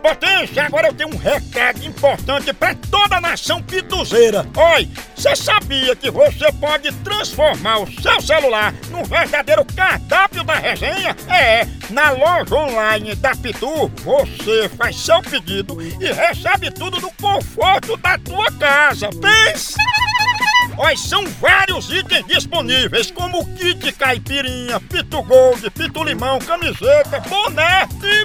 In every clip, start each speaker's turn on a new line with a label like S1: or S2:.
S1: potências, agora eu tenho um recado importante pra toda a nação pituzeira. Oi, você sabia que você pode transformar o seu celular num verdadeiro cardápio da resenha? É, na loja online da Pitu, você faz seu pedido e recebe tudo no conforto da tua casa. Pensa! Olha, são vários itens disponíveis, como kit caipirinha, pitu gold, pitu limão, camiseta, boné e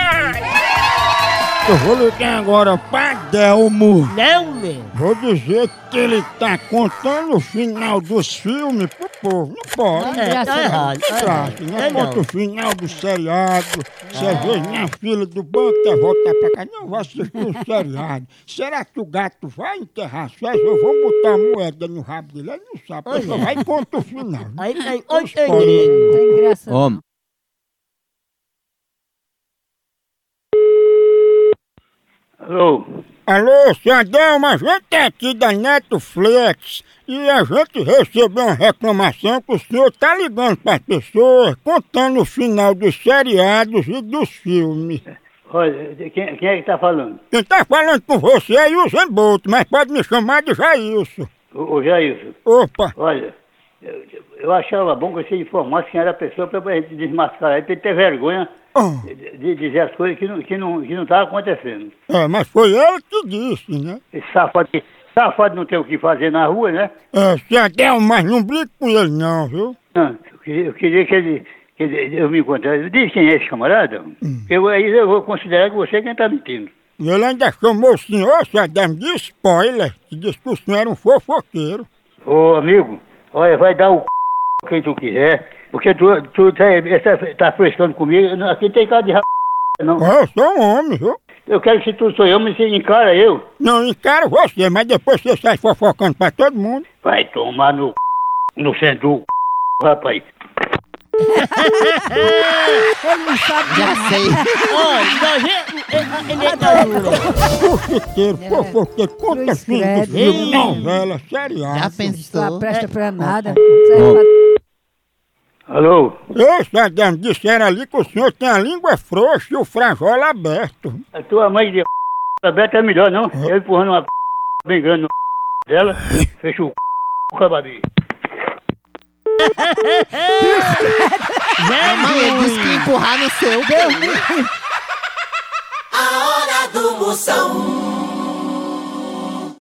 S1: Eu vou ligar agora pra Delmo.
S2: Não, meu.
S1: Vou dizer que ele tá contando o final dos filmes pro povo. Não pode.
S2: É, tá errado, tá
S1: Traste,
S2: errado.
S1: né?
S2: É
S1: Conta o
S2: não.
S1: final do seriado. Você vê na fila do banco, quer voltar pra cá. Não, vou assistir o seriado. Será que o gato vai enterrar suas? Eu vou botar a moeda no rabo dele. Ele não sabe. Ele só vai e conta o final.
S2: Aí tem oito direito.
S3: Tem graça.
S4: Homem.
S5: Alô?
S1: Alô, Sandão, a gente é aqui da Netflix e a gente recebeu uma reclamação que o senhor tá ligando para as pessoas contando o final dos seriados e dos filmes.
S5: Olha, de- quem, quem é que tá falando?
S1: Quem tá falando com você é o Usain Bolt, mas pode me chamar de Jailson.
S5: O, o Jailson.
S1: Opa,
S5: Olha, eu, eu achava bom que você informasse quem era a pessoa para a gente desmascarar. Ele tem que ter vergonha
S1: Ah,
S5: de, de dizer as coisas que não que não, que não tá acontecendo.
S1: é, mas foi ele que disse, né?
S5: Esse safado, que- safado não tem o que fazer na rua, né?
S1: É, Sandão, mas não brinque com ele não, viu?
S5: Não, Ah, eu queria, eu queria que ele... que ele- Eu me encontrasse. Diz quem é esse camarada? Eu, aí eu vou considerar que você é quem está mentindo.
S1: E ele ainda chamou o senhor, Sandão, de spoiler, que disse que o senhor era um fofoqueiro.
S5: Ô, amigo, olha, vai dar o c... quem tu quiser, porque tu, tu tá, essa- tá frescando comigo, não, aqui tem cara de r... não.
S1: Ó, Eu sou um homem, viu?
S5: Eu quero que se tu sou eu, me se encara eu.
S1: Não, encaro você, mas depois você sai fofocando pra todo mundo.
S5: Vai tomar no c... no centro do c... rapaz.
S4: Já sei.
S2: Olha, nós é- ele é da rua.
S1: Fofoqueiro, fofoqueiro, conta
S3: É. Cruz
S1: fim do
S3: credo.
S1: filme, novela, seriado.
S4: Já
S3: Não
S4: pensou?
S3: presta pra nada. é Serve pra
S5: Alô?
S1: Eu, Sadam, disseram ali que o senhor tem a língua frouxa e o frajola aberto.
S5: A tua mãe de c... aberta é melhor, não? Eu empurrando uma c... bem grande no c... dela, fecha o c... com a babi.
S2: É,
S4: Não, ele disse que ia empurrar no seu.
S6: A hora do Moção.